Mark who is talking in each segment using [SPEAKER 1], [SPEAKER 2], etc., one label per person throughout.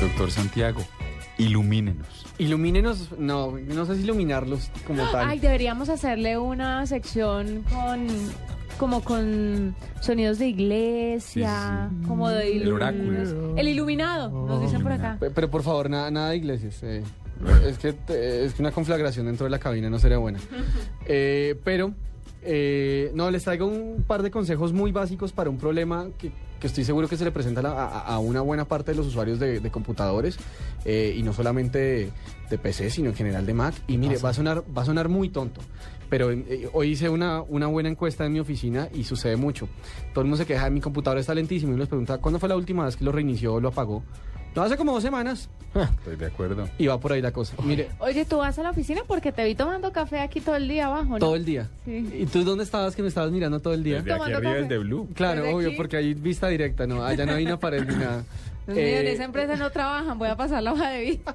[SPEAKER 1] Doctor Santiago, ilumínenos.
[SPEAKER 2] Ilumínenos, no, no sé si iluminarlos como tal.
[SPEAKER 3] Ay, deberíamos hacerle una sección con como con sonidos de iglesia,
[SPEAKER 1] Sí,
[SPEAKER 3] como de
[SPEAKER 1] El
[SPEAKER 3] ilum-
[SPEAKER 1] oráculo. Oh,
[SPEAKER 3] El iluminado, nos dicen por acá.
[SPEAKER 2] Pe- Pero por favor, nada, nada de iglesias. eh. Es, que, eh, es que una conflagración dentro de la cabina no sería buena. Eh, pero, eh, no, les traigo un par de consejos muy básicos para un problema que, que estoy seguro que se le presenta a la- a, a una buena parte de los usuarios de, de computadores, eh, y no solamente de, de PC, sino en general de Mac. Y mire, va a sonar, va a sonar muy tonto. Pero eh, hoy hice una, una buena encuesta en mi oficina y sucede mucho. Todo el mundo se queja, mi computador está lentísimo y les pregunta, ¿cuándo fue la última vez que lo reinició o lo apagó? No, hace como dos semanas.
[SPEAKER 1] Estoy de acuerdo.
[SPEAKER 2] Y va por ahí la cosa. Mire,
[SPEAKER 3] Oye, tú vas a la oficina porque te vi tomando café aquí todo el día abajo, ¿no?
[SPEAKER 2] todo el día.
[SPEAKER 3] Sí.
[SPEAKER 2] ¿Y tú dónde estabas que me estabas mirando todo el día?
[SPEAKER 1] Desde aquí
[SPEAKER 3] Tomando
[SPEAKER 1] arriba
[SPEAKER 3] café.
[SPEAKER 1] el de Blue.
[SPEAKER 2] Claro,
[SPEAKER 3] Desde
[SPEAKER 2] obvio,
[SPEAKER 3] aquí.
[SPEAKER 2] porque ahí es vista directa, ¿no? Allá no hay una pared ni nada.
[SPEAKER 3] Dios mío, en
[SPEAKER 2] Eh,
[SPEAKER 3] esa em- empresa no trabajan, voy a pasar la hoja de vida.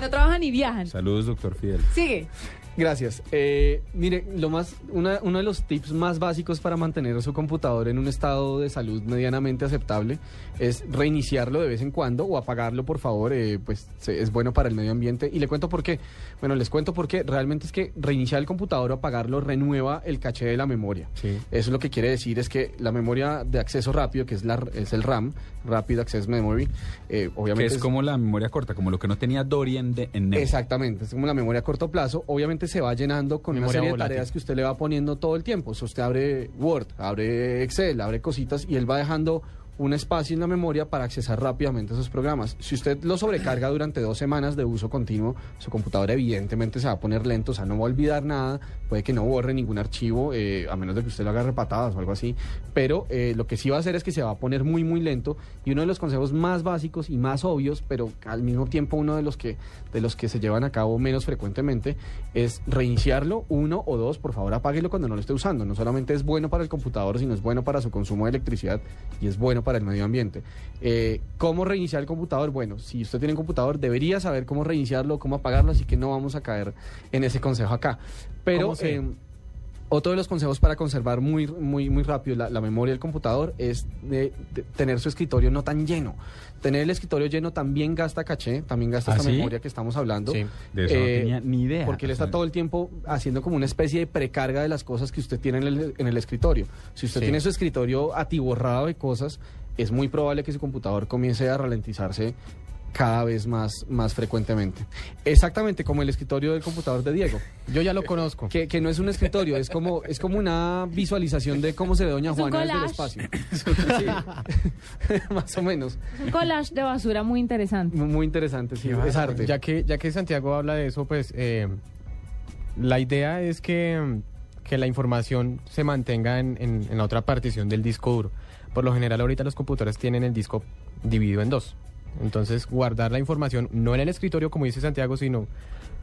[SPEAKER 3] No trabajan ni viajan.
[SPEAKER 1] Saludos, doctor Fidel.
[SPEAKER 3] Sigue.
[SPEAKER 2] Gracias. Eh, mire, lo más, una- uno de los tips más básicos para mantener su computador en un estado de salud medianamente aceptable es reiniciarlo de vez en cuando o apagarlo, por favor. eh, pues se- es bueno para el medio ambiente. Y le cuento por qué. Bueno, les cuento por qué. Realmente es que reiniciar el computador o apagarlo renueva el caché de la memoria.
[SPEAKER 1] Sí.
[SPEAKER 2] Eso lo que quiere decir es que la memoria de acceso rápido, que es, la, es el RAM, Rapid Access Memory, eh,
[SPEAKER 1] Que
[SPEAKER 2] obviamente
[SPEAKER 1] es como la memoria corta, como lo que no tenía Dorian de, en Nemo.
[SPEAKER 2] Exactamente, es como la memoria a corto plazo. Obviamente se va llenando con
[SPEAKER 4] Memoria
[SPEAKER 2] una serie de
[SPEAKER 4] volátil.
[SPEAKER 2] tareas que usted le va poniendo todo el tiempo. O sea, usted abre Word, abre Excel, abre cositas y él va dejando un espacio en la memoria para accesar rápidamente esos programas. Si usted lo sobrecarga durante dos semanas de uso continuo, su computadora evidentemente se va a poner lento, o sea, no va a olvidar nada, puede que no borre ningún archivo, eh, a menos de que usted lo haga repatadas o algo así, pero eh, lo que sí va a hacer es que se va a poner muy, muy lento y uno de los consejos más básicos y más obvios, pero al mismo tiempo uno de los que, de los que se llevan a cabo menos frecuentemente, es reiniciarlo uno o dos, por favor apáguelo cuando no lo esté usando, no solamente es bueno para el computador, sino es bueno para su consumo de electricidad y es bueno para el medio ambiente. Eh, ¿Cómo reiniciar el computador? Bueno, si usted tiene un computador, debería saber cómo reiniciarlo, cómo apagarlo, así que no vamos a caer en ese consejo acá. Pero...
[SPEAKER 4] ¿Cómo se?
[SPEAKER 2] em, otro de los consejos para conservar muy, muy, muy rápido la, la memoria del computador es de- de tener su escritorio no tan lleno. Tener el escritorio lleno también gasta caché, también gasta
[SPEAKER 1] ¿Ah,
[SPEAKER 2] esta
[SPEAKER 1] sí?
[SPEAKER 2] memoria que estamos hablando.
[SPEAKER 4] Sí.
[SPEAKER 1] De eso no tenía ni idea.
[SPEAKER 2] Porque él está todo el tiempo haciendo como una especie de precarga de las cosas que usted tiene en el, en el escritorio. Si usted
[SPEAKER 4] Sí.
[SPEAKER 2] tiene su escritorio atiborrado de cosas, es muy probable que su computador comience a ralentizarse cada vez más, más frecuentemente. Exactamente como el escritorio del computador de Diego.
[SPEAKER 4] Yo ya lo conozco.
[SPEAKER 2] Que, que no es un escritorio, es como, es como una visualización de cómo se ve Doña
[SPEAKER 3] Es un
[SPEAKER 2] Juana desde el
[SPEAKER 3] collage.
[SPEAKER 2] espacio. Sí. Más o menos.
[SPEAKER 3] Es un collage de basura muy interesante.
[SPEAKER 2] Mu- Muy interesante, sí. Es arte.
[SPEAKER 4] Ya que, ya que Santiago habla de eso, pues eh, la idea es que, que la información se mantenga en, en- en la otra partición del disco duro. Por lo general, ahorita los computadores tienen el disco dividido en dos. Entonces, guardar la información no en el escritorio, como dice Santiago, sino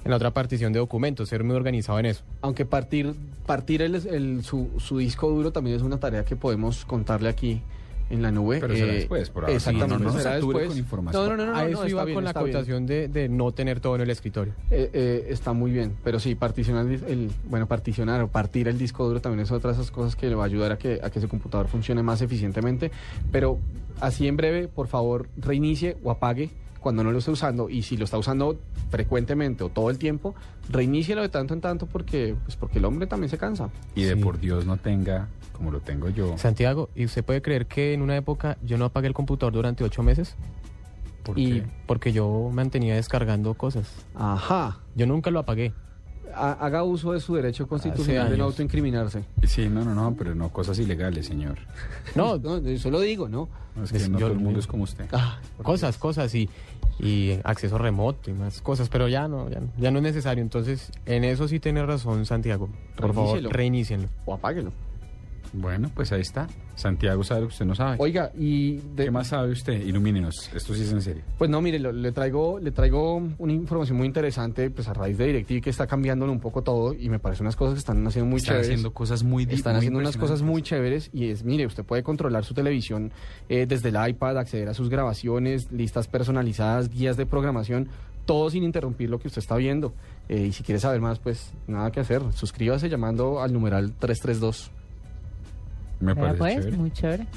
[SPEAKER 4] en la otra partición de documentos, ser muy organizado en eso.
[SPEAKER 2] Aunque partir, partir el, el- su, su disco duro también es una tarea que podemos contarle aquí en la nube. Eh,
[SPEAKER 1] Pero será después, por ahora.
[SPEAKER 2] Exactamente,
[SPEAKER 1] Sí, no, no nos
[SPEAKER 2] será
[SPEAKER 1] sature
[SPEAKER 2] después.
[SPEAKER 1] con información.
[SPEAKER 2] No, no, no, no,
[SPEAKER 4] A
[SPEAKER 2] no,
[SPEAKER 4] eso
[SPEAKER 2] está
[SPEAKER 4] iba
[SPEAKER 2] bien,
[SPEAKER 4] con la
[SPEAKER 2] está bien.
[SPEAKER 4] acotación de, de no tener todo en el escritorio.
[SPEAKER 2] Eh, eh, está muy bien, pero sí, particionar el, el- bueno, particionar o partir el disco duro también es otra de esas cosas que le va a ayudar a que, a que su computador funcione más eficientemente. Pero así en breve, por favor, reinicie o apague cuando no lo esté usando y si lo está usando frecuentemente o todo el tiempo, reinícielo de tanto en tanto porque, pues porque el hombre también se cansa.
[SPEAKER 1] Y de
[SPEAKER 4] Sí.
[SPEAKER 1] por Dios no tenga, como lo tengo yo.
[SPEAKER 4] Santiago, ¿y usted puede creer que en una época yo no apagué el computador durante ocho meses?
[SPEAKER 1] ¿Por
[SPEAKER 4] y
[SPEAKER 1] qué?
[SPEAKER 4] porque yo mantenía descargando cosas.
[SPEAKER 2] Ajá.
[SPEAKER 4] Yo nunca lo apagué.
[SPEAKER 2] Ha- haga uso de su derecho constitucional de no
[SPEAKER 4] años.
[SPEAKER 2] autoincriminarse.
[SPEAKER 1] Sí, no, no, no, pero no cosas ilegales, señor.
[SPEAKER 4] No,
[SPEAKER 2] No, eso lo digo, ¿no?
[SPEAKER 1] No, es que
[SPEAKER 4] Es-
[SPEAKER 1] no
[SPEAKER 4] yo-
[SPEAKER 1] todo el mundo es como usted.
[SPEAKER 2] Ah,
[SPEAKER 4] cosas, cosas y, y acceso remoto y más cosas, pero ya no, ya no, ya no es necesario. Entonces, en eso sí tiene razón Santiago. Por
[SPEAKER 2] Reinícielo.
[SPEAKER 4] favor, reinícienlo.
[SPEAKER 2] o apáguelo.
[SPEAKER 1] Bueno, pues ahí está. Santiago sabe lo que usted no sabe.
[SPEAKER 2] Oiga, y de,
[SPEAKER 1] ¿Qué más sabe usted? Ilumínenos. Esto sí es en serio.
[SPEAKER 2] Pues no, mire, lo- le traigo, le traigo una información muy interesante, pues a raíz de DirecTV que está cambiándolo un poco todo y me parece unas cosas que están haciendo muy
[SPEAKER 1] Están
[SPEAKER 2] chéveres.
[SPEAKER 1] haciendo cosas muy di-
[SPEAKER 2] Están
[SPEAKER 1] muy
[SPEAKER 2] haciendo unas cosas
[SPEAKER 1] impresionantes.
[SPEAKER 2] muy chéveres y es, mire, usted puede controlar su televisión eh, desde el iPad, acceder a sus grabaciones, listas personalizadas, guías de programación, todo sin interrumpir lo que usted está viendo. Eh, y si quiere saber más, pues nada que hacer. Suscríbase llamando al numeral 332.
[SPEAKER 1] Me
[SPEAKER 3] Vea,
[SPEAKER 1] parece
[SPEAKER 3] pues,
[SPEAKER 1] chévere.
[SPEAKER 3] muy chévere.